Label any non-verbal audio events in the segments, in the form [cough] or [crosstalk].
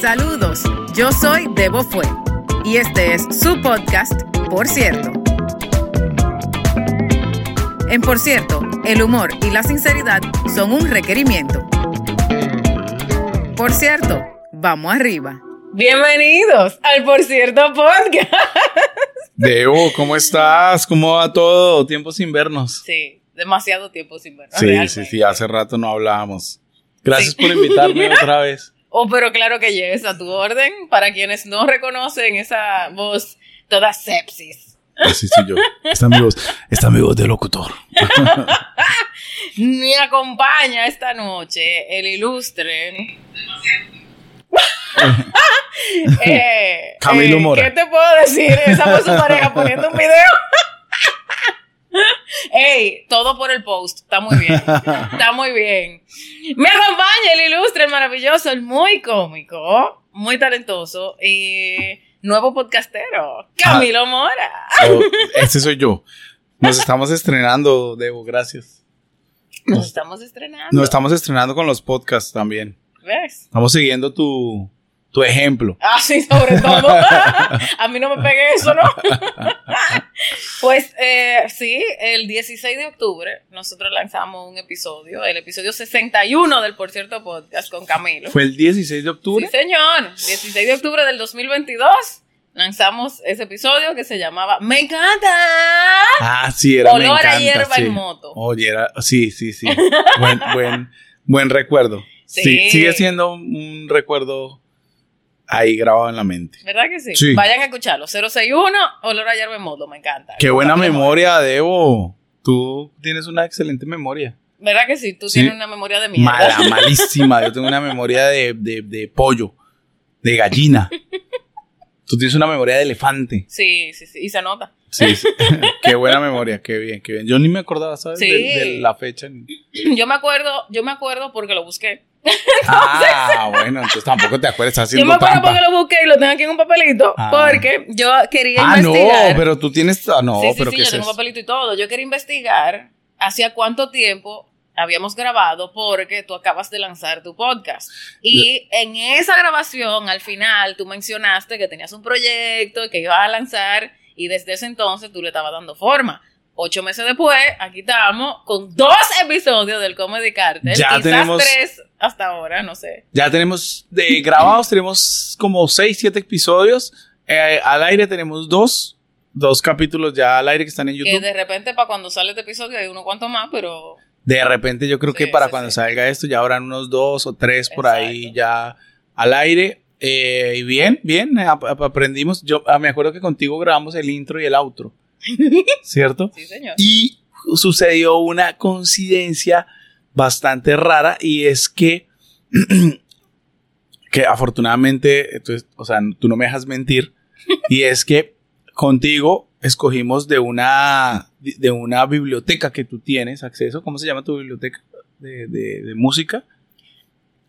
Saludos, yo soy Debo Fue y este es su podcast, Por cierto. En Por cierto, el humor y la sinceridad son un requerimiento. Por cierto, vamos arriba. Bienvenidos al Por cierto podcast. [laughs] Debo, "Oh, ¿cómo estás? ¿Cómo va todo? Tiempo sin vernos. Sí, demasiado tiempo sin vernos. Sí, realmente. sí, sí, hace rato no hablábamos. Gracias Sí. por invitarme otra vez. [laughs] Oh, pero claro que llegues a tu orden. Para quienes no reconocen esa voz toda sepsis. Sí, sí, yo. Está mi voz, está mi voz de locutor. Me acompaña esta noche el [laughs] ilustre. Eh, Camilo Mora. ¿Qué te puedo decir? Esa fue su pareja poniendo un video. [laughs] Ey, todo por el post. Está muy bien. Está muy bien. Me acompaña el ilustre, el maravilloso, el muy cómico, muy talentoso y nuevo Ah. podcastero, Camilo Mora. Oh, este soy yo. Nos estamos estrenando, Debo, gracias. Nos estamos estrenando. Nos estamos estrenando con los podcasts también. ¿Ves? Estamos siguiendo tu, tu ejemplo. Ah, sí, sobre todo. [laughs] A mí no me pegué eso, ¿no? [laughs] pues eh, sí, el 16 de octubre nosotros lanzamos un episodio, el episodio 61 del Por cierto Podcast con Camilo. Fue el 16 Sí, de octubre. señor. 16 de octubre del 2022 lanzamos ese episodio que se llamaba Me encanta. Ah, sí, era me Olor a encanta, hierba sí. en moto. Oye, era, sí, sí, sí. [laughs] Buen, buen, buen recuerdo. Sí. Sí. Sigue siendo un recuerdo ahí grabado en la mente. ¿Verdad que sí? Sí. Vayan a escucharlo. 061, Olor a Hierba en Modo, me encanta. Qué buena Camilo. memoria, Debo. Tú tienes una excelente memoria. ¿Verdad que sí? Tú Sí. tienes una memoria de mierda. Mala, malísima. Yo tengo una memoria de, de- de pollo, de gallina. Tú tienes una memoria de elefante. Sí, sí, sí. Y se nota. Sí, [laughs] sí. qué buena memoria, qué bien, qué bien. Yo ni me acordaba, ¿sabes? Sí. De, de la fecha. ni- Yo me acuerdo, yo me acuerdo porque lo busqué. Ah, bueno, entonces tampoco te acuerdas, estás Yo haciendo me acuerdo trampa. porque lo busqué y lo tengo aquí en un papelito. Ah. Porque yo quería Ah, no, investigar. pero tú tienes. Ah, no, sí, sí, pero sí, ¿qué yo es tengo eso? papelito y todo. Yo quería investigar hacía cuánto tiempo habíamos grabado porque tú acabas de lanzar tu podcast. Y en esa grabación, al final, tú mencionaste que tenías un proyecto que ibas a lanzar y desde ese entonces tú le estabas dando forma. Ocho meses después, aquí estamos con dos episodios del Comedy Cartel. Ya quizás tenemos- tres hasta ahora, no sé. Ya tenemos de grabados, tenemos como 6, 7 episodios. Eh, al aire tenemos dos, dos capítulos ya al aire que están en Que YouTube. de repente para cuando sale este episodio hay uno cuanto más, pero De repente yo creo Sí, que para sí, cuando sí. salga esto ya habrán unos dos o tres por ahí Exacto. ya al aire. Eh, y bien, bien, eh, ap- ap- aprendimos. Yo ah, me acuerdo que contigo grabamos el intro y el outro, [laughs] ¿cierto? sí, señor. Y sucedió una coincidencia bastante rara y es que, [clears throat] que afortunadamente, tú es- o sea, tú no me dejas mentir, y es que contigo escogimos de una, de una biblioteca que tú tienes acceso, ¿cómo se llama tu biblioteca de, de- de música?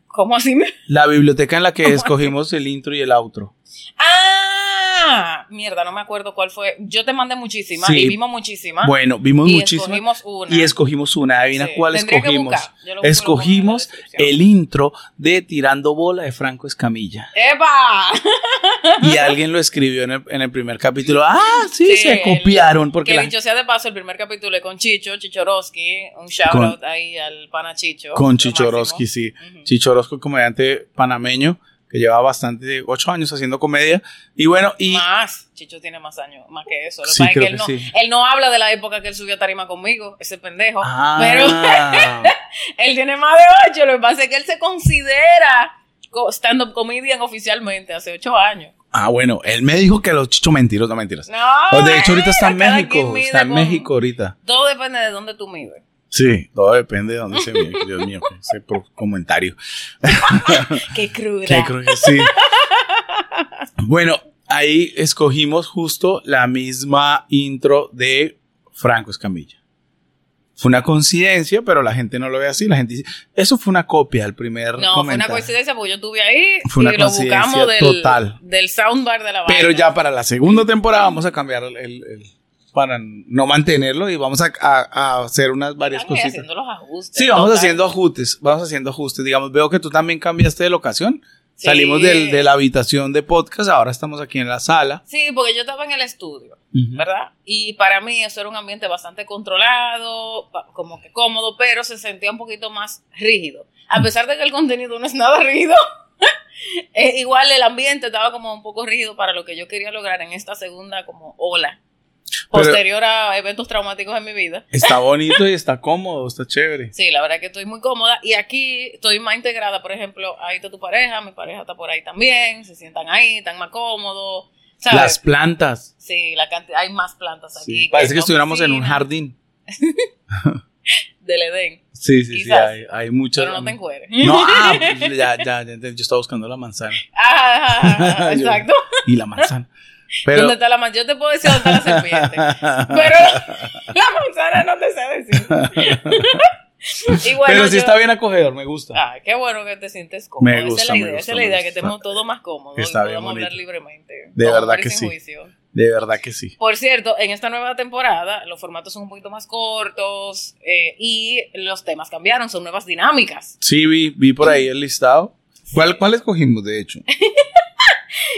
¿Cómo así me La biblioteca en la que escogimos el intro y el outro. Ah, mierda, no me acuerdo cuál fue. Yo te mandé muchísimas Sí. y vimos muchísimas. Bueno, vimos y muchísimas escogimos una. y escogimos una, adivina Ah. Sí, cuál tendría que escogimos. buscar. Yo lo busco y lo pongo en la Escogimos descripción. el intro de Tirando Bola de Franco Escamilla. ¡Epa! [laughs] Y alguien lo escribió en el, en el primer capítulo. Ah, sí, Sí, se el- copiaron porque que la- dicho sea de paso, el primer capítulo es con Chicho, Chichorowski. Un shout Con- out ahí al pana Chicho. con lo Chichorosky, máximo. sí. Ujú. Chichorosco, comediante panameño que lleva bastante, ocho años haciendo comedia. Y bueno, y Más, Chicho tiene más años, más que eso. Lo que Sí, pasa es que creo él no, que sí. él no habla de la época que él subió a tarima conmigo, ese pendejo. Ah, Pero Él tiene más de ocho, lo que pasa es que él se considera co- stand-up comedian oficialmente hace ocho años. [laughs] ah, bueno, él me dijo que los chichos mentiros, no mentiras. No, eh, de hecho, ahorita está en cada quien México. mide Está en con- México ahorita. Todo depende de dónde tú mides. Sí, todo depende de dónde se mire. [laughs] Dios mío, ese pro- comentario. Qué cruda. Sí, creo que sí. [laughs] bueno, ahí escogimos justo la misma intro de Franco Escamilla. Fue una coincidencia, pero la gente no lo ve así. La gente dice, eso fue una copia del primer no, fue una comentario. coincidencia porque yo estuve ahí Fue una y lo coincidencia buscamos del, total. del soundbar de la pero vaina. ya para la segunda temporada vamos a cambiar el, el- el- para no mantenerlo y vamos a, a- a hacer unas varias Estamos cositas. haciendo los ajustes. Sí, vamos total. haciendo ajustes, vamos haciendo ajustes. Digamos, veo que tú también cambiaste de locación. Sí. Salimos del- de la habitación de podcast, ahora estamos aquí en la sala. Sí, porque yo estaba en el estudio, ¿verdad? Y para mí eso era un ambiente bastante controlado, pa- como que cómodo, pero se sentía un poquito más rígido. A pesar de que el contenido no es nada rígido, [laughs] eh, igual el ambiente estaba como un poco rígido para lo que yo quería lograr en esta segunda como ola Pero- posterior a eventos traumáticos en mi vida. Está bonito y está cómodo, está chévere. Sí, la verdad que estoy muy cómoda y aquí estoy más integrada. Por ejemplo, ahí está tu pareja, mi pareja está por ahí también, se sientan ahí, están más cómodos. ¿sabes? Las plantas. Sí, la cantidad, hay más plantas aquí. Sí, parece en que la estuviéramos en un oficina jardín. Del Edén. Sí, sí, sí, Quizás. hay, hay muchas. Pero no te encueres. No, ah, pues ya, ya, ya, ya, yo estaba buscando la manzana. [laughs] Ajá, ajá, [laughs] ajá, exacto. Y la manzana. Pero, ¿Dónde está la manzana? Yo te puedo decir dónde está la [laughs] serpiente. Pero [laughs] la manzana no te sé [laughs] decir. y bueno, pero sí yo- está bien acogedor, me gusta. Ah, qué bueno que te sientes cómodo. Me esa es gusta, la me idea, gusta, esa es la me idea, que gusta. estemos todos más cómodos Está y bien podamos hablar bonito. libremente. De con verdad amor y que sin sí. juicio. De verdad que sí. Por cierto, en esta nueva temporada los formatos son un poquito más cortos eh, y los temas cambiaron, son nuevas dinámicas. Sí, vi, vi por ahí el listado. ¿Cuál, ¿Cuál escogimos, de hecho?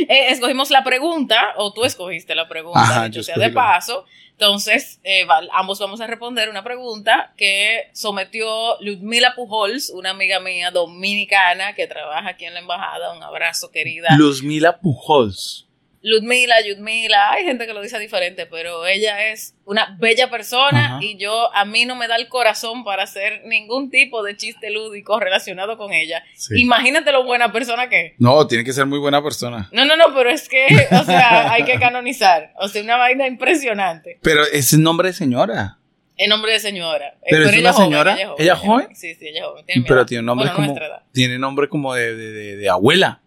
Eh, escogimos la pregunta, o tú escogiste la pregunta, Ajá, dicho yo sea escogí de la- paso. Entonces, eh, va- ambos vamos a responder una pregunta que sometió Ludmila Pujols, una amiga mía dominicana que trabaja aquí en la embajada. Un abrazo, querida. Luzmila Pujols. Ludmila, Ludmila, hay gente que lo dice diferente, pero ella es una bella persona Ajá. y yo, a mí no me da el corazón para hacer ningún tipo de chiste lúdico relacionado con ella. Imagínate lo buena persona que es. No, tiene que ser muy buena persona. No, no, no, pero es que, o sea, hay que canonizar. O sea, una vaina impresionante. Pero ese nombre de señora. El nombre de señora. Eh, Pero es una joven, señora. ¿Ella es joven? Sí, sí, ella es joven. Tiene mi Pero edad. tiene un nombre Bueno, como. nuestra edad. Tiene nombre como de, de- de- de abuela.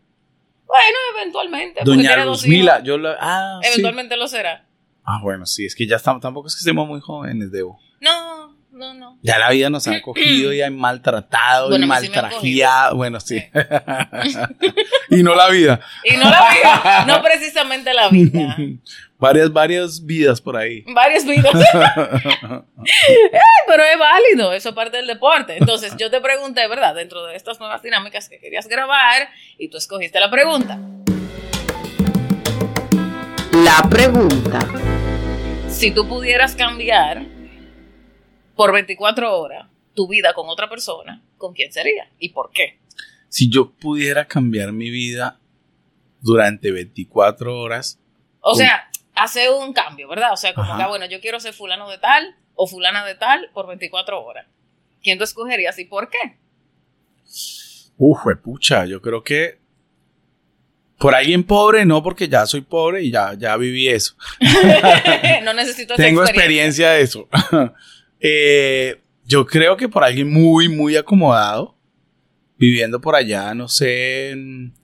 Bueno, eventualmente. porque Doña tiene dos Luzmila. hijos. Yo la- ah, sí. Eventualmente lo será. Ah, bueno, sí, es que ya estamos, tampoco es que estemos muy jóvenes, Debo. No, no, no. Ya la vida nos ha cogido y ha maltratado Bueno, y a mí sí me han maltrajeado. bueno, sí. Sí. [laughs] y no la [laughs] vida. Y no la vida, [laughs] no precisamente la vida. varias, varias vidas por ahí. Varios vidas. Ay, pero es válido, eso es parte del deporte. Entonces, yo te pregunté, ¿verdad? Dentro de estas nuevas dinámicas que querías grabar y tú escogiste la pregunta. La pregunta. Si tú pudieras cambiar por 24 horas tu vida con otra persona, ¿con quién sería? ¿Y por qué? si yo pudiera cambiar mi vida durante 24 horas, O Uy. sea, hacer un cambio, ¿verdad? O sea, como Ajá. que, ah, bueno, yo quiero ser fulano de tal o fulana de tal por 24 horas. ¿Quién tú escogerías y por [laughs] qué? uf, pucha, yo creo que por alguien pobre, no, porque ya soy pobre y ya, ya viví eso. no necesito esa Tengo experiencia de eso. [laughs] Eh, yo creo que por alguien muy, muy acomodado, viviendo por allá, no sé. en-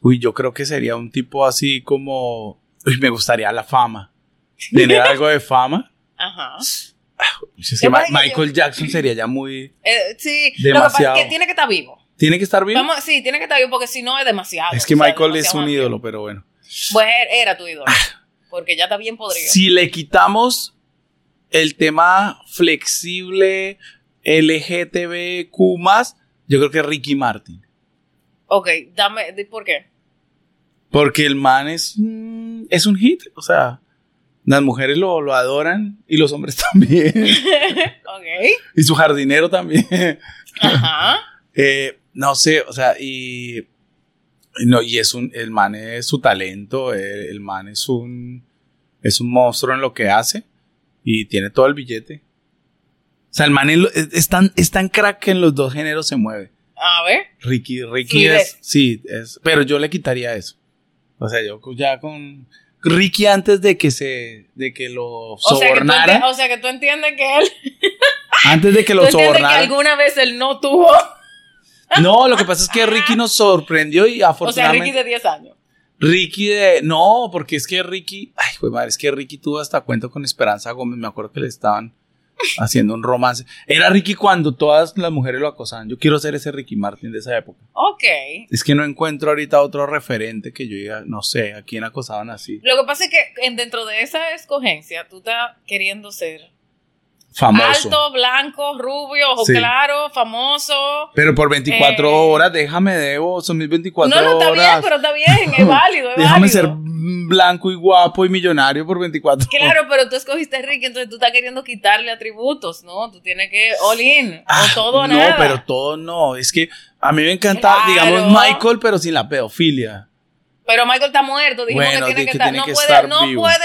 Uy, yo creo que sería un tipo así como. Uy, me gustaría la fama. [laughs] Tener algo de fama. Ajá. Pues es ¿Te que Ma- parece que Michael Jackson sería ya muy. Eh, sí, lo que pasa Demasiado. es que tiene que estar vivo. Tiene que estar vivo. Vamos, sí, tiene que estar vivo porque si no es demasiado. Es que O sea, Michael es demasiado un amplio. ídolo, Ah. pero bueno. Pues era tu ídolo. Porque ya está bien podrido. Si le quitamos el tema flexible LGTBQ, yo creo que Ricky Martin. Ok, dame, di ¿por qué? [laughs] Porque el man es, mm, es un hit. O sea, las mujeres lo, lo adoran y los hombres [laughs] también. Ok. y su jardinero también. [laughs] Ajá. Eh, no sé, o sea, y. No, y es un. El man es su talento. eh, El man es un. Es un monstruo en lo que hace. Y tiene todo el billete. O sea, el man en lo- es, es tan, es tan crack que en los dos géneros se mueve. A ver. Ricky, Ricky Fluidez. es. Sí, es, pero yo le quitaría eso. O sea, yo ya con. Ricky antes de que se. de que lo O sea, que tú sobornara. enti- o sea que tú entiendes que él. antes de que Tú lo entiendes que sobornara. alguna vez él no tuvo. [laughs] No, lo que pasa es que Ricky nos sorprendió y O sea, afortunadamente. Ricky de 10 años. Ricky de. No, porque es que Ricky. Ay, güey, madre, es que Ricky tuvo hasta cuento con Esperanza Gómez. Me acuerdo que le estaban haciendo un romance. Era Ricky cuando todas las mujeres lo acosaban. Yo quiero ser ese Ricky Martin de esa época. Ok. Es que no encuentro ahorita otro referente que yo diga, no sé, a quién acosaban así. Lo que pasa es que en- dentro de esa escogencia, tú estás queriendo ser famoso. Alto, blanco, rubio, ojo Sí. claro, famoso. Pero por 24 Eh, horas, déjame debo, son mis 24 No, horas. no, está bien, pero está bien, es válido, es [laughs] Déjame válido. ser blanco y guapo y millonario por 24 horas. Claro, pero tú escogiste Ricky, entonces tú estás queriendo quitarle atributos, ¿no? Tú tienes que all in, Ah, o todo o no, nada. pero todo no. Es que a mí me encanta, Claro. digamos, Michael, pero sin la pedofilia. Pero Michael está muerto, dijimos Bueno, que tiene di- que, que estar, tiene no que puede, estar no vivo. puede,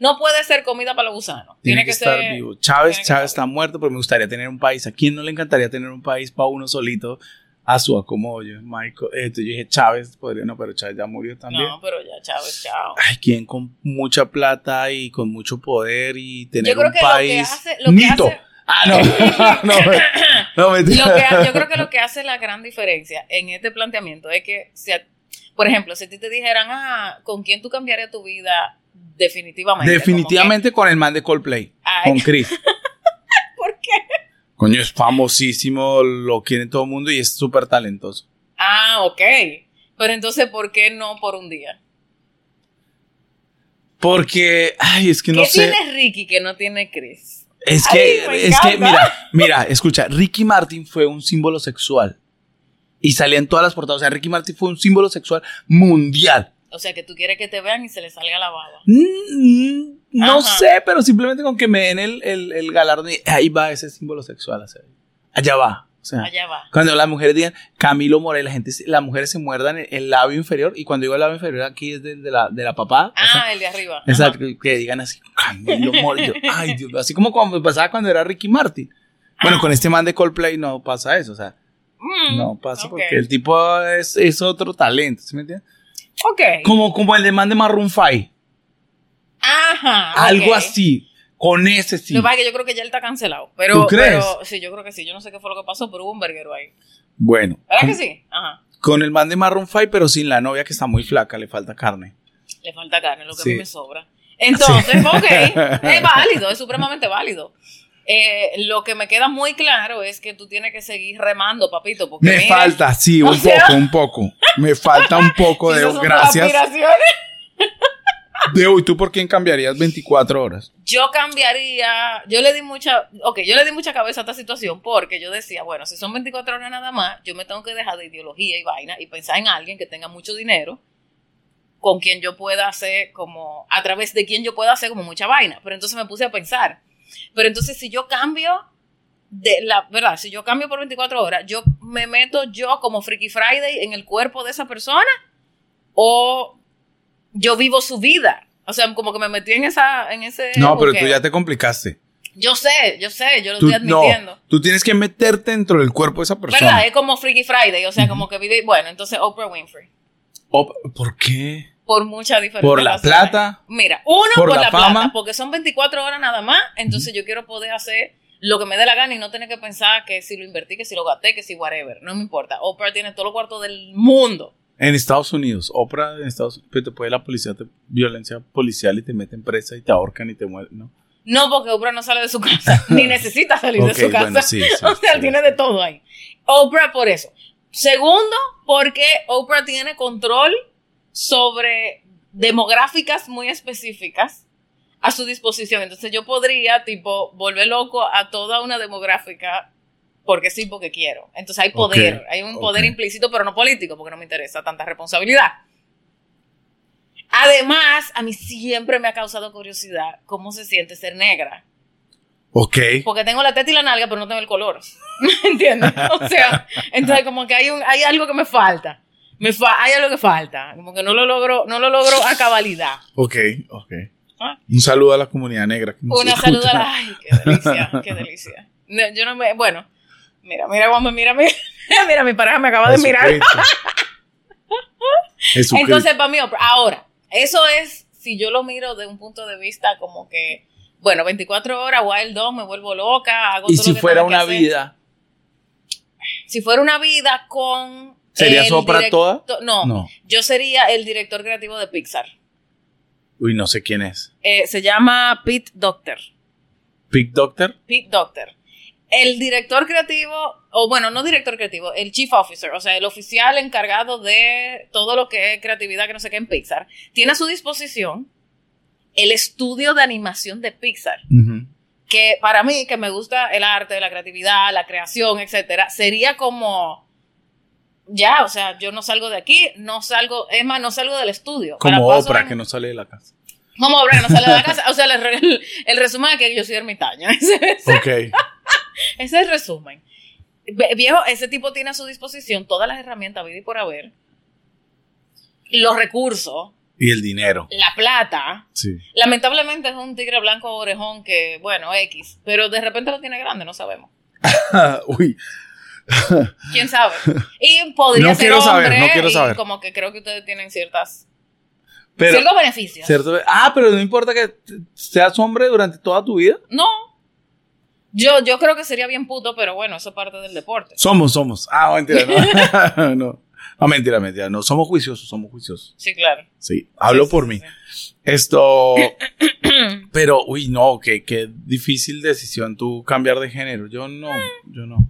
no puede ser comida para los gusanos. Tiene, Tiene, que, estar ser- vivo. Chávez, tiene que Chávez estar está muerto, pero me gustaría tener un país. ¿A quién no le encantaría tener un país para uno solito a su acomodo? Yo, Michael, eh, entonces yo dije, Chávez podría, no, pero Chávez ya murió también. No, pero ya, Chávez, chao. Ay, quien con mucha plata y con mucho poder y tener Yo creo un que lo que país. hace- lo que Nito. hace- Ah, [laughs] no. [laughs] no, no, mentira. Lo que ha- yo creo que lo [laughs] que hace la gran diferencia en este planteamiento es que, si a- por ejemplo, si a ti te dijeran, ah, ¿con quién tú cambiarías tu vida definitivamente? Definitivamente con el man de Coldplay, Como que, ay, con Chris. [laughs] ¿por qué? Coño, es famosísimo, lo quiere todo el mundo y es súper talentoso. Ah, ok. Pero entonces, ¿por qué no por un día? Porque, ay, es que no ¿Qué sé. tiene Ricky que no tiene Chris? Es Ay, que, me es que, encanta. [laughs] mira, mira, escucha, Ricky Martin fue un símbolo sexual. Y salía en todas las portadas. O sea, Ricky Martin fue un símbolo sexual mundial. O sea, que tú quieres que te vean y se le salga la baba. Mm, mm, No Ajá. sé, pero simplemente con que me den el, el, el galardón y ahí va ese símbolo sexual. o sea, allá va. O sea, Allá va. Cuando las mujeres digan Camilo Morel, la gente, se- las mujeres se muerdan el, el labio inferior. Y cuando digo el labio inferior, aquí es de, de la, de la papá. o sea, Ah, el de arriba. Ajá. exacto, que- que digan así, Camilo Morel. Yo, ay, Dios mío, Así como cuando me pasaba cuando era Ricky Martin. Bueno, con este man de Coldplay no pasa eso. O sea, Ah. Mm, no pasa ok. porque el tipo es, es otro talento. ¿Sí me entiendes? Ok. Como, como el de man de Maroon 5. Ajá. Algo Ah, ok. así. Con ese sí. Lo que pasa es que yo creo que ya él está cancelado. Pero, ¿Tú crees? pero- sí, yo creo que sí. Yo no sé qué fue lo que pasó, pero hubo un verguero ahí. Bueno, ¿Verdad que con, sí? Ajá. con el man de Maroon 5, pero sin la novia que está muy flaca, le falta carne. Le falta carne, lo que a Sí. mí me sobra. Entonces, ok, [laughs] es válido, es supremamente válido. Eh, lo que me queda muy claro es que tú tienes que seguir remando, papito, porque Me mira, falta, sí, o un sea- poco, un poco. Me falta un [laughs] poco si de esas son tus gracias. aspiraciones. Debo, ¿y tú por quién cambiarías 24 horas? Yo cambiaría, yo le di mucha, ok, yo le di mucha cabeza a esta situación porque yo decía, bueno, si son 24 horas nada más, yo me tengo que dejar de ideología y vaina y pensar en alguien que tenga mucho dinero con quien yo pueda hacer como, a través de quien yo pueda hacer como mucha vaina. Pero entonces me puse a pensar, pero entonces si yo cambio de la, ¿verdad? Si yo cambio por 24 horas, yo me meto yo como Freaky Friday en el cuerpo de esa persona o yo vivo su vida. O sea, como que me metí en esa, en ese... No, pero tú buqueo. ya te complicaste. Yo sé, yo sé, yo lo Tú, estoy no, admitiendo. tú tienes que meterte dentro del cuerpo de esa persona. ¿Verdad? Es como Freaky Friday, o sea, como que vive... Bueno, entonces Oprah Winfrey. O- ¿Por qué? Por muchas diferentes ¿Por la razones. plata? Mira, uno ¿Por por, la la, fama? plata, porque son 24 horas nada más, entonces yo quiero poder hacer lo que me dé la gana y no tener que pensar que si lo invertí, que si lo gasté, que si whatever, no me importa. Oprah tiene todos los cuartos del mundo. En Estados Unidos, Oprah en Estados Unidos, pero te puede la policía, te- violencia policial y te meten presa y te ahorcan y te mueren, ¿no? No porque Oprah no sale de su casa, [laughs] ni necesita salir Ok, de Pues, su casa. [laughs] bueno, sí, sí, o sea, sí. tiene de todo ahí. Oprah por eso. Segundo, porque Oprah tiene control sobre demográficas muy específicas a su disposición. Entonces yo podría, tipo, volver loco a toda una demográfica porque sí, porque quiero. Entonces hay poder, Ok, hay un ok. poder implícito, pero no político, porque no me interesa tanta responsabilidad. Además, a mí siempre me ha causado curiosidad cómo se siente ser negra. Ok. Porque tengo la teta y la nalga, pero no tengo el color. [laughs] ¿Me entiendes? O sea, entonces como que hay, un, hay algo que me falta. Me fa- hay algo que falta. Como que no lo logro, no lo logro a cabalidad. Ok, ok. Ah. Un saludo a la comunidad negra. que nos Una escucha. salud a [laughs] la... Ay, qué delicia, qué delicia. No, yo no me... Bueno, mira, mira, Juanma, mira, mira, [laughs] mira, mi pareja me acaba de mirar. Jesucristo. Entonces, para mí, Oprah. ahora, eso es, si yo lo miro de un punto de vista como que, bueno, 24 horas, wild dog, me vuelvo loca, hago y todo si pues, lo que fuera tenga que una hacer. vida, Si fuera una vida con... ¿Sería el Oprah directo- toda? No, no. yo sería el director creativo de Pixar. Uy, no sé quién es. Eh, se llama Pete Doctor. Pig Doctor. Pete Doctor. El director creativo, o bueno, no director creativo, el chief officer, o sea, el oficial encargado de todo lo que es creatividad, que no sé qué, en Pixar, tiene a su disposición el estudio de animación de Pixar, que para mí, que me gusta el arte, la creatividad, la creación, etcétera, sería como ya, o sea, yo no salgo de aquí, no salgo, es más, no salgo del estudio. Me la Como paso Oprah, en- que no sale de la casa. Como Oprah, que no sale de [laughs] la casa. O sea, el, re- el- el resumen es que yo soy ermitaña. [laughs] Ese, ese- Ok. ese es el resumen. Ve- Viejo, ese tipo tiene a su disposición todas las herramientas, vida y por haber, los recursos, Y el dinero. la plata. Sí. Lamentablemente es un tigre blanco orejón que, bueno, X, pero de repente lo tiene grande, no sabemos. [laughs] Uy. ¿Quién sabe? Y podría No ser quiero hombre saber, no quiero y saber. como que creo que ustedes tienen ciertas Pero, ciertos beneficios. ¿cierto? Ah, pero no importa que t- seas hombre durante toda tu vida. No. Yo, yo creo que sería bien puto, pero bueno, eso es parte del deporte. Somos, somos. Ah, mentira, [laughs] no. [laughs] no. No, mentira, mentira. No, somos juiciosos, somos juiciosos. Sí, claro. Sí, hablo Sí, por sí, mí. sí. Esto, pero, uy, no, qué, qué difícil decisión tú cambiar de género. Yo no, yo no.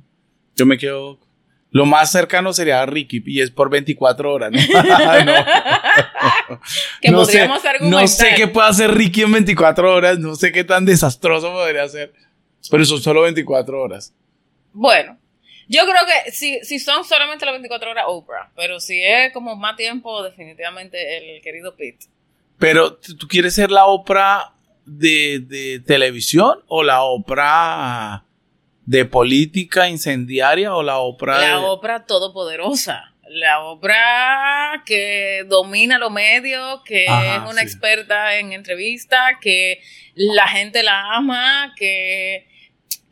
Yo me quedo. Lo más cercano sería Ricky y es por 24 horas. No, [laughs] no. [laughs] Que No sé, podríamos argumentar. No sé qué puede hacer Ricky en 24 horas, no sé qué tan desastroso podría ser. Pero son solo 24 horas. Bueno, yo creo que si, si son solamente las 24 horas, Oprah. Pero si es como más tiempo, definitivamente el querido Pete. Pero, ¿tú tú quieres ser la Oprah de, de televisión o la Oprah de política incendiaria o la Oprah La de- Oprah todopoderosa. La Oprah que domina los medios, que Ajá, es una sí. experta en entrevistas, que la gente la ama, que,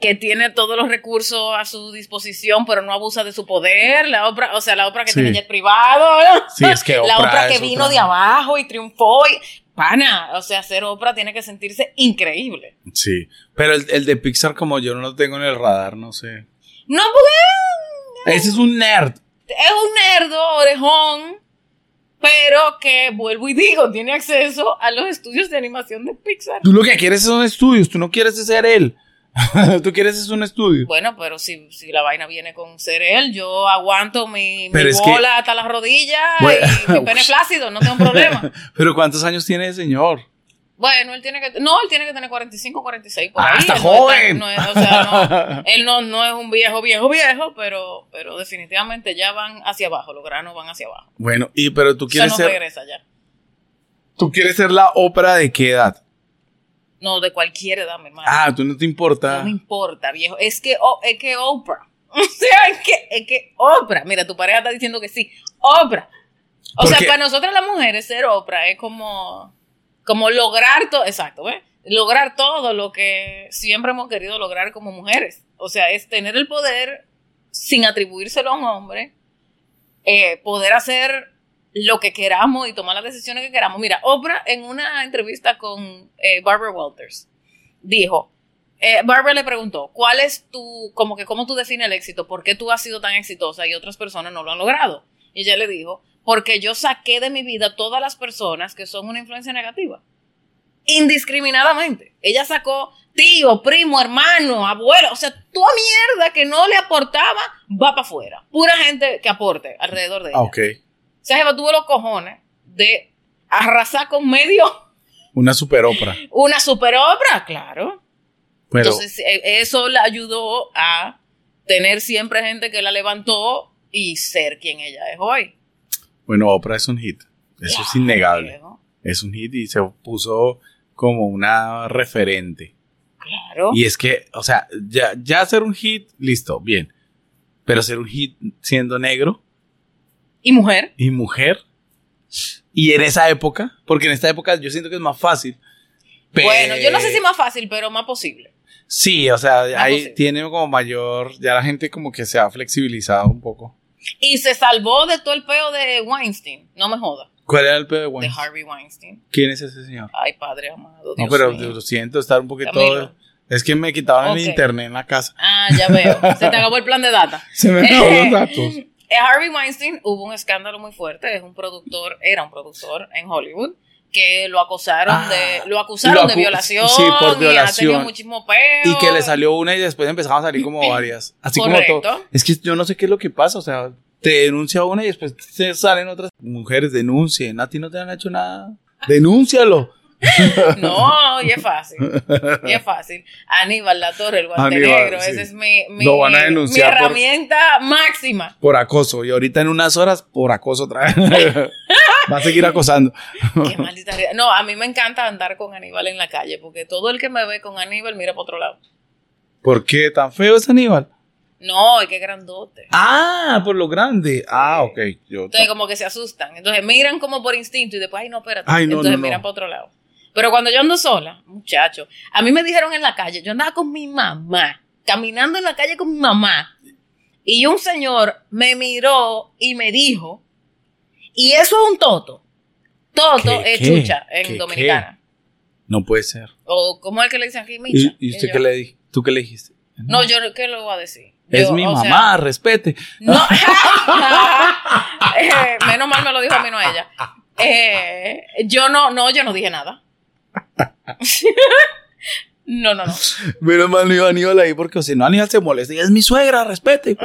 que tiene todos los recursos a su disposición, pero no abusa de su poder. La Oprah, o sea, la Oprah que Sí. tiene jet privado. [laughs] Sí, es que la Oprah Oprah que es vino otra. de abajo y triunfó. Y, pana, o sea, ser Oprah tiene que sentirse increíble. Sí, pero el, el de Pixar como yo no lo tengo en el radar, no sé. No, porque Ese es un nerd. es un nerdo, orejón, pero que vuelvo y digo, tiene acceso a los estudios de animación de Pixar. Tú lo que quieres son estudios, tú no quieres ser él. [laughs] tú quieres es un estudio. Bueno, pero si, si la vaina viene con ser él, yo aguanto mi, mi Pero es que- bola hasta las rodillas Bueno, y mi pene [laughs] ush. flácido, no tengo [laughs] problema. Pero ¿cuántos años tiene ese señor? Bueno, él tiene que, no, él tiene que tener 45, 46 por Ah, ahí. está Él no es tan- joven. no es- o [laughs] sea, no, él no, no es un viejo, viejo, viejo, pero, pero definitivamente ya van hacia abajo, los granos van hacia abajo. Bueno, y pero tú Eso quieres no ser regresa ya. tú quieres ser la ópera de qué edad? No, de cualquier edad, mi hermano. Ah, tú no te importa. No me importa, viejo. Es que, O- es que Oprah. [laughs] O sea, es que, es que Oprah. Mira, tu pareja está diciendo que sí. Oprah. O sea, Porque- para nosotras las mujeres, ser Oprah es como, como lograr todo. Exacto, ¿ves? Lograr todo lo que siempre hemos querido lograr como mujeres. O sea, es tener el poder sin atribuírselo a un hombre, eh, poder hacer lo que queramos y tomar las decisiones que queramos. Mira, Oprah en una entrevista con eh, Barbara Walters dijo, eh, Barbara le preguntó, ¿cuál es tu, como que cómo tú defines el éxito? ¿Por qué tú has sido tan exitosa y otras personas no lo han logrado? Y ella le dijo, porque yo saqué de mi vida todas las personas que son una influencia negativa. Indiscriminadamente. Ella sacó tío, primo, hermano, abuelo, o sea, toda mierda que no le aportaba va para afuera. Pura gente que aporte alrededor de ella. Ah, ok. O sea, Jeva tuvo los cojones de arrasar con medio Una super ópera. una super obra, claro. Pero Entonces, eh, eso la ayudó a tener siempre gente que la levantó y ser quien ella es hoy. bueno, ópera es un hit. Eso es innegable. Claro, Es un hit y se puso como una referente. Claro. Y es que, o sea, ya ya ser un hit, listo, bien. Pero ser un hit siendo negro Y mujer. y mujer y en esa época, porque en esta época yo siento que es más fácil. Bueno, yo no sé Pe- si Ah, pues más fácil, pero más posible. Sí, o sea, ahí posible. tiene como mayor, ya la gente como que se ha flexibilizado un poco. Y se salvó de todo el peo de Weinstein. No me joda. ¿Cuál era el pedo de Weinstein? De Harvey Weinstein. ¿Quién es ese señor? Ay, padre amado. No, Dios pero mío. lo siento, estar un poquito... Camilo. Es que me quitaban Ok. el internet en la casa. [laughs] Ah, ya veo. Se te acabó el plan de data. Se me acabó [laughs] los datos. Eh, Harvey Weinstein hubo un escándalo muy fuerte, es un productor, era un productor en Hollywood que lo acosaron Ah, de lo acusaron lo de acu- violación, sí, por y ha violación. tenido muchísimo peo. Y que le salió una y después empezaban a [laughs] salir como varias. Así como Correcto. todo. Es que yo no sé qué es lo que pasa, o sea, te denuncia una y después te salen otras. Mujeres, denuncien, a ti no te han hecho nada. Denúncialo. [laughs] No, y es fácil. Y es fácil. Aníbal La Torre, el guante Aníbal, negro. sí. Esa es mi, mi- Lo van a mi- denunciar mi por- herramienta [laughs] máxima. Por acoso. Y ahorita en unas horas, por acoso otra vez. [laughs] Va a seguir acosando. Qué maldita realidad. No, a mí me encanta andar con Aníbal en la calle porque todo el que me ve con Aníbal mira para otro lado. ¿Por qué tan feo es Aníbal? No, y qué grandote. Ah, por lo grande. Ah, ok. Yo Entonces, como que se asustan. Entonces, miran como por instinto y después, ay, no, espérate. Ay, no, Entonces, no, no. miran para otro lado. Pero cuando yo ando sola, muchacho, a mí me dijeron en la calle, yo andaba con mi mamá, caminando en la calle con mi mamá, y un señor me miró y me dijo, y eso es un toto. Toto ¿Qué, es qué? chucha en ¿Qué, qué? Dominicana. no puede ser. O, ¿cómo es el que le dicen aquí? Micha. ¿Y, y usted yo- qué le di- ¿Tú qué le dijiste? No, yo, ¿qué le voy a decir? Es Yo, mi o sea, mamá, respete. No. [laughs] Eh, menos mal me lo dijo a mí, no a ella. Eh, yo no, no, yo no dije nada. [laughs] no, no, no. Menos mal no iba Aníbal ahí porque si no Aníbal se molesta. Y es mi [laughs] suegra, respete.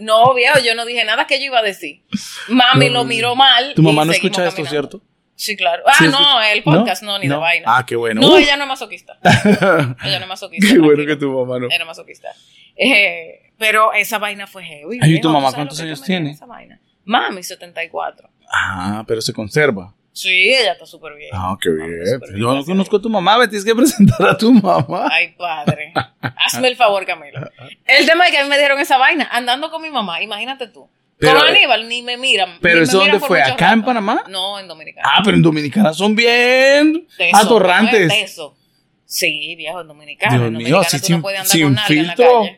No, viejo, yo no dije nada que yo iba a decir. Mami No, lo miró mal. Tu mamá y no seguimos escucha esto, caminando. ¿cierto? Sí, claro. Ah, Sí, no, escucha- el podcast no, ni de vaina. Ah, qué bueno. no, Uf, ella no es masoquista. [laughs] Ella no es [laughs] masoquista. qué bueno que tranquila. tu mamá no. Era masoquista. Eh, pero esa vaina fue heavy. Ay, ¿y viejo, ¿tú tu mamá sabes cuántos lo que yo años me dio tiene? esa vaina? Mami, 74. Ah, pero se conserva. Sí, ella está súper bien. Ah, qué Mamá, bien. súper bien, Yo no gracias a conozco a tu mamá, me tienes que [laughs] presentar a tu mamá. Ay, padre. Hazme el favor, Camilo. El tema es que a mí me dieron esa vaina andando con mi mamá, imagínate tú. Pero- eh, con Aníbal ni me miran. ¿Pero ni eso me miran dónde por fue? mucho ¿Acá rato. en Panamá? No, en Dominicana. Ah, pero en Dominicana son bien Teso, atorrantes. ¿no es teso? Sí, viejo, en Dominicana. Dios en mío, Dominicana así tú no sin- puedes andar sin con nadie en la filtro. calle.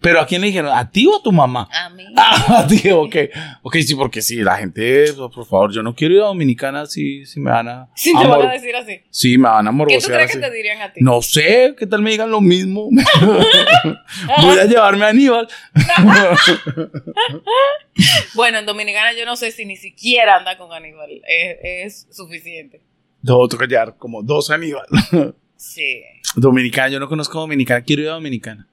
Pero ¿a quién le dijeron? ¿A ti o a tu mamá? [laughs] A mí. Ah, tío, ok. Ok, sí, porque sí, la gente, oh, por favor, yo no quiero ir a Dominicana si, si me van a. [laughs] [laughs] Sí, te a van mor- a decir así. Sí, me van a ¿Qué tú morbosear. crees así. que te dirían a ti? [laughs] No sé, ¿qué tal me digan lo mismo? [laughs] Voy a llevarme [laughs] a Aníbal. [laughs] Bueno, en Dominicana yo no sé si ni siquiera anda con Aníbal. Es, es suficiente. No, tengo que llevar como dos Aníbal. Sí, Dominicana, yo no conozco a Dominicana, quiero ir a Dominicana.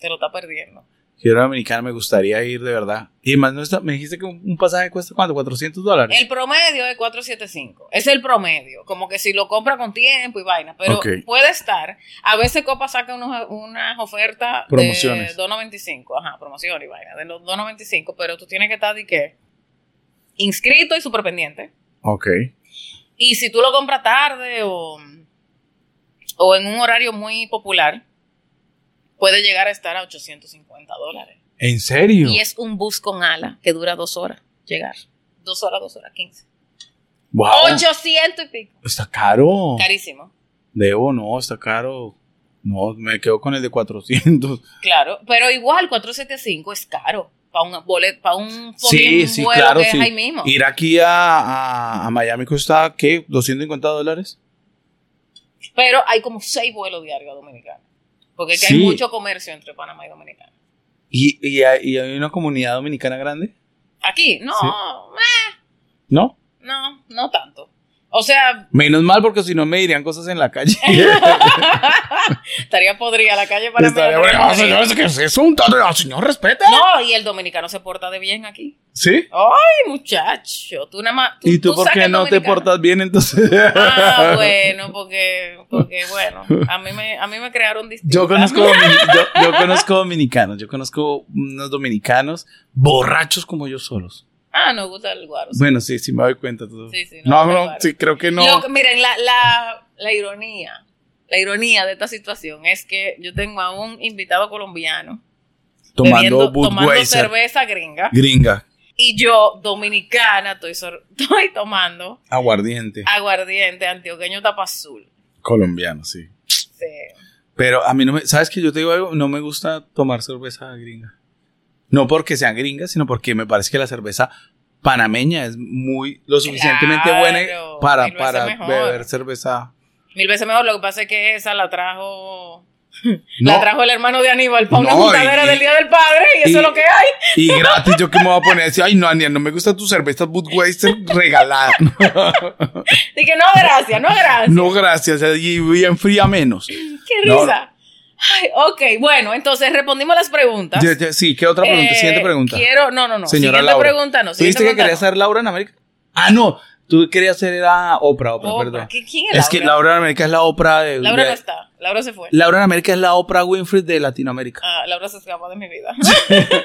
te lo está perdiendo. Quiero ir a Dominicana, me gustaría ir de verdad. Y además, no está, me dijiste que un, un pasaje cuesta cuánto, 400 dólares. El promedio es 475. Es el promedio. Como que si lo compra con tiempo y vaina. Pero Ok. puede estar. A veces Copa saca unos- unas ofertas Promociones. de 2.95. Ajá, promoción y vaina. De los 2.95. Pero tú tienes que estar de qué? Inscrito y súper pendiente. Ok. Y si tú lo compras tarde o, o en un horario muy popular, puede llegar a estar a 850 dólares. ¿En serio? Y es un bus con ala que dura dos horas llegar. Dos horas, dos horas, quince. Wow. 800 y pico. Está caro. Carísimo. Debo, no, está caro. No, me quedo con el de 400. Claro, pero igual 475 es caro para un boleto, para un Sí, fucking sí, vuelo claro, que sí. es ahí mismo. Ir aquí a, a, a Miami cuesta, ¿qué? ¿250 dólares? Pero hay como seis vuelos diarios a Dominicana. Porque es que Sí. hay mucho comercio entre Panamá y Dominicana. ¿Y, y, hay, y hay una comunidad dominicana grande? Aquí, no, Sí. meh, ¿No? no, no tanto. O sea, [laughs] Menos mal, porque si no me dirían cosas en la calle. estaría podrida la calle [laughs] para [laughs] Estaría bueno, "Ah, señores, ¿qué es eso? Un tato de- ah, señor, respete. No, y el dominicano se porta de bien aquí. ¿Sí? Ay, muchacho, tú nada más. ¿Y tú, por sacas qué no te dominicano. portas bien entonces? [laughs] Ah, bueno, porque, porque bueno, a mí me, a mí me [laughs] crearon distintas. Yo conozco, domini- yo, yo conozco dominicanos, yo conozco unos dominicanos borrachos como yo solos. Ah, nos gusta el guaro. sí. Bueno, sí, sí me doy cuenta. tú. Sí, sí, no, no, no, claro. sí, creo que no. Lo que- miren, la, la, la ironía, la ironía de esta situación es que yo tengo a un invitado colombiano tomando bebiendo- tomando Budweiser, cerveza gringa gringa, y yo, dominicana, estoy, sor- [laughs] estoy tomando aguardiente, aguardiente antioqueño tapa azul. colombiano, sí. Sí. Pero a mí no me, ¿sabes que Yo te digo algo, no me gusta tomar cerveza gringa. No porque sea gringa, sino porque me parece que la cerveza panameña es muy, lo suficientemente Claro, buena para, mil veces para mejor. beber cerveza. Mil veces mejor, lo que pasa es que esa la trajo... No, La trajo el hermano de Aníbal para una No, y- juntadera del Día del Padre y eso y- es lo que hay. y gratis, yo que me voy a poner a decir, ay no, Ania, no me gusta tu cerveza Budweiser [laughs] regalada. Dije, no, gracias, no, gracias. No, gracias, y bien fría menos. Qué No, risa. Ay, ok, bueno, entonces respondimos las preguntas. Ya, ya, sí, ¿qué otra pregunta? Eh, Siguiente pregunta. Quiero, no, no, no. Señora siguiente Laura. pregunta, no. ¿Tú siguiente viste que pregunta querías no. ser Laura en América? Ah, no. Tú querías ser era Oprah, Oprah, Oprah. perdón. ¿Qui- ¿Quién Es que Laura en América es la Oprah de... Laura no de- está. Laura se fue. Laura en América es la Oprah Winfrey [laughs] de Latinoamérica. Ah, Laura se escapa de mi [laughs] vida.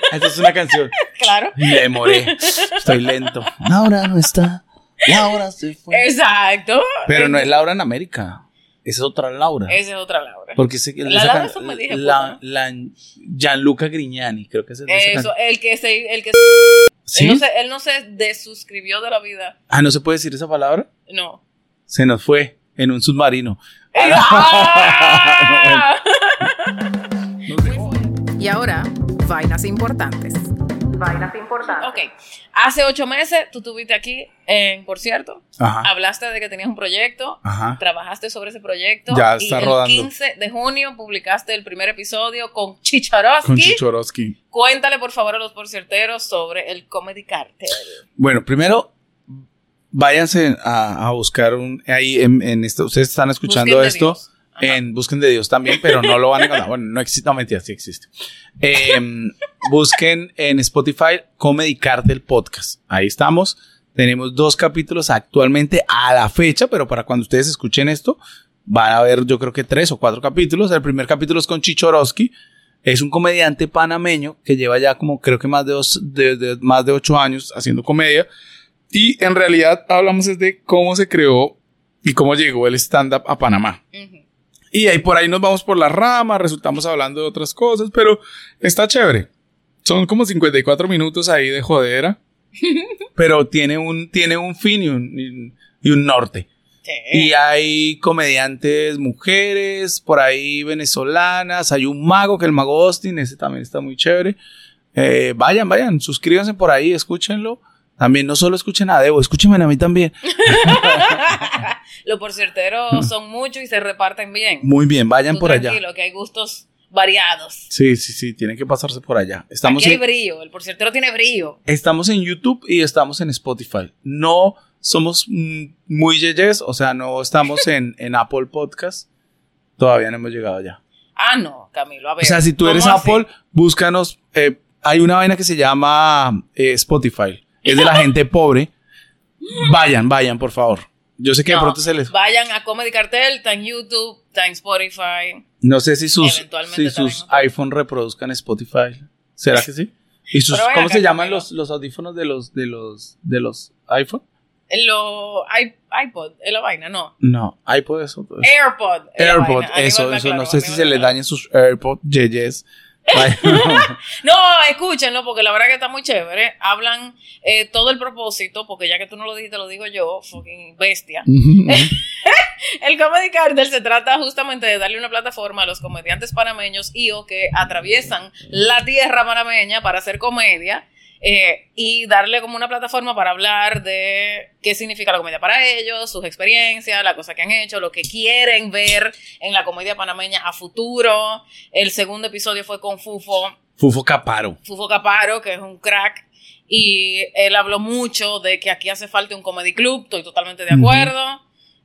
[laughs] Esa es una canción. claro. Me demoré. Estoy lento. Laura no está. Laura se fue. Exacto. Pero no es Laura en América. Esa es otra Laura. Esa es otra Laura. Porque sé que La esa Laura can- es un maldita la, puta, la Gianluca Grignani, creo que es el de esa can- Eso, el que se, el que ¿Sí? él no se, él no se desuscribió de la vida. Ah, no se puede decir esa palabra. No. Se nos fue en un submarino. ¡Eh! [laughs] [laughs] ¡Ah! Nos dejó. Y ahora, vainas importantes. Vainas importantes. ok. Hace ocho meses tú estuviste aquí, en, por cierto. Ajá. Hablaste de que tenías un proyecto. Ajá. Trabajaste sobre ese proyecto. Ya y está el rodando. 15 de junio publicaste el primer episodio con Chicharowski. Con Chichorowski. Cuéntale, por favor, a los porcierteros sobre el Comedy Cartel. Bueno, primero, váyanse a, a buscar un. Ahí en, en esto. Ustedes están escuchando Busquen de esto. Dios. Ajá. En Busquen de Dios también, pero no lo van a encontrar. Bueno, no existe, no mentira, sí existe. Em, busquen en Spotify Comedy Cartel Podcast. Ahí estamos. Tenemos dos capítulos actualmente a la fecha, pero para cuando ustedes escuchen esto, van a ver yo creo que tres o cuatro capítulos. El primer capítulo es con Chichorowski. Es un comediante panameño que lleva ya como creo que más de, dos, de- de- más de ocho años haciendo comedia. Y en realidad hablamos es de cómo se creó y cómo llegó el stand-up a Panamá. Ujú. Y ahí por ahí nos vamos por las ramas, resultamos hablando de otras cosas, pero está chévere. Son como 54 minutos ahí [laughs] de jodera, pero tiene un, tiene un fin y un, y un norte. Sí. Y hay comediantes mujeres, por ahí venezolanas, hay un mago que el mago Austin, ese también está muy chévere. Eh, vayan, vayan, suscríbanse por ahí, escúchenlo. También no solo escuchen a Debo, escúchenme a mí también. [laughs] Los porcierteros son muchos y se reparten bien. Muy bien, vayan Tú por allá. Tranquilo, que hay gustos variados. Sí, sí, sí, tienen que pasarse por allá. Estamos Aquí en- hay brillo, el porciertero tiene brillo. Estamos en YouTube y estamos en Spotify. No somos mm, muy yeyes, o sea, no [laughs] estamos en, en Apple Podcast. Todavía no hemos llegado allá. Ah, no, Camilo, a ver. O sea, si tú ¿cómo eres así? Apple, búscanos. eh, hay una vaina que se llama eh, Spotify. Es de la [laughs] gente pobre. Vayan, vayan, por favor. Yo sé que de No, pronto se les... Vayan a Comedy Cartel, está en YouTube, está en Spotify. No sé si sus, Eventualmente si también sus otro. iPhone reproduzcan Spotify. ¿Será que sí? ¿Y sus, Pero ven cómo acá, se llaman Camilo. los, los audífonos de los, de los, de los iPhone? Lo, i- iPod, es la vaina, no. No, iPod es otro. AirPod. es la Pues, AirPod, vaina. eso, Aníbal eso. Baclaró, no sé si Aníbal se le Baclaró. dañen sus AirPod, [laughs] yeyes. Vaya. No, escúchenlo, porque la verdad que está muy chévere. Hablan eh, todo el propósito, porque ya que tú no lo dijiste, lo digo yo, fucking bestia. [laughs] El Comedy Cartel se trata justamente de darle una plataforma a los comediantes panameños y o que atraviesan la tierra panameña para hacer comedia eh, y darle como una plataforma para hablar de qué significa la comedia para ellos, sus experiencias, la cosa que han hecho, lo que quieren ver en la comedia panameña a futuro. El segundo episodio fue con Fufo. Fufo Caparo. Fufo Caparo, que es un crack, y él habló mucho de que aquí hace falta un comedy club, estoy totalmente de Ujú. acuerdo.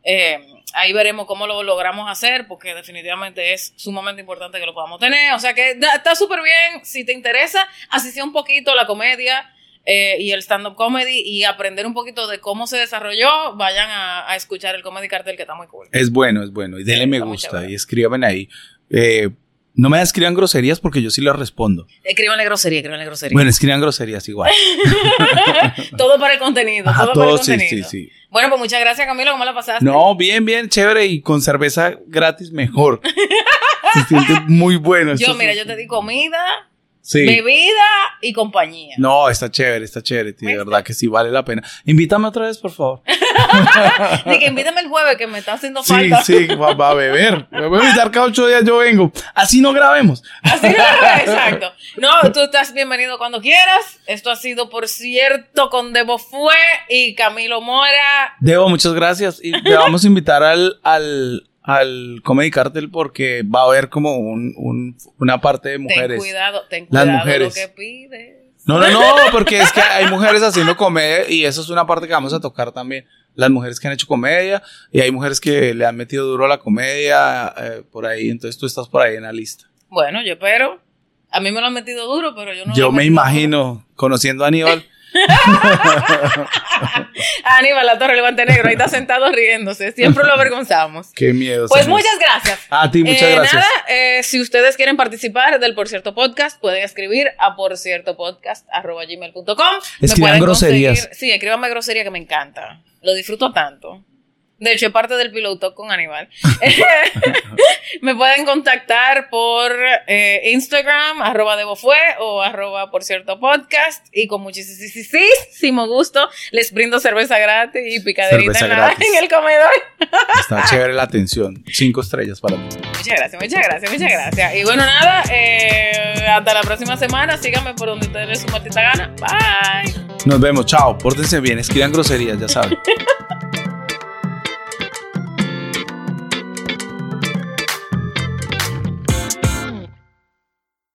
Eh, ahí veremos cómo lo logramos hacer, porque definitivamente es sumamente importante que lo podamos tener. O sea que da- está súper bien, si te interesa, asistir un poquito a la comedia. eh, y el stand-up comedy y aprender un poquito de cómo se desarrolló, vayan a, a escuchar el Comedy Cartel que está muy cool. Es bueno, es bueno. Y denle Sí, me está muy gusta chévere. y escríbanme ahí. Eh, no me escriban groserías porque yo sí les respondo. Escríbanle grosería, escríbanle grosería. Bueno, escriban groserías igual. [laughs] todo para el contenido, Ajá, todo, para el todos, sí, contenido. sí, sí. Bueno, pues muchas gracias Camilo, ¿cómo la pasaste? No, bien, bien, chévere. Y con cerveza gratis [laughs] mejor. Se siente muy bueno. Yo, esto- mira, yo te di comida, Sí. bebida y compañía. No, está chévere, está chévere. tío, De ¿Ves? verdad que sí vale la pena. Invítame otra vez, por favor. Así que invítame el jueves que me está haciendo Sí, falta. sí, va, va a beber. Me voy a invitar cada ocho días, yo vengo. Así no grabemos. [laughs] Así no, exacto. No, tú estás bienvenido cuando quieras. Esto ha sido, por cierto, con Debo Fue y Camilo Mora. Debo, muchas gracias. Y te vamos a invitar al, al, al Comedy Cartel porque va a haber como un, un- una parte de Ten mujeres. cuidado, ten Las cuidado mujeres. lo que pides. No, no, no, porque es que hay mujeres haciendo comedia y eso es una parte que vamos a tocar también. Las mujeres que han hecho comedia y hay mujeres que le han metido duro a la comedia eh, por ahí. Entonces tú estás por ahí en la lista. Bueno, yo espero. A mí me lo han metido duro, pero yo no. lo Yo he metido me duro. imagino, conociendo a Aníbal, Aníbal La Torre, el guante negro, ahí está sentado riéndose. Siempre lo [laughs] avergonzamos. Qué miedo. Pues señor. muchas gracias. A ti, muchas Eh, gracias. Nada, eh, si ustedes quieren participar del Por Cierto Podcast, pueden escribir a porciertopodcast.gmail.com. Me Escriban pueden groserías. conseguir- Sí, escríbanme grosería que me encanta. Lo disfruto tanto. De hecho, es parte del piloto con [laughs] Aníbal. [laughs] me pueden contactar por eh, Instagram, arroba debofue o arroba por cierto podcast. Y con muchísimo gusto les brindo cerveza gratis y picaderita Cerveza en, la- [laughs] gratis. en el comedor. Está chévere la atención. Cinco estrellas para mí. Muchas gracias, muchas gracias, muchas gracias. Y bueno, nada, eh, hasta la próxima semana. Síganme por donde ustedes les su maldita gana. Bye. Nos vemos. Chao. Pórtense bien. Escriban groserías, ya saben.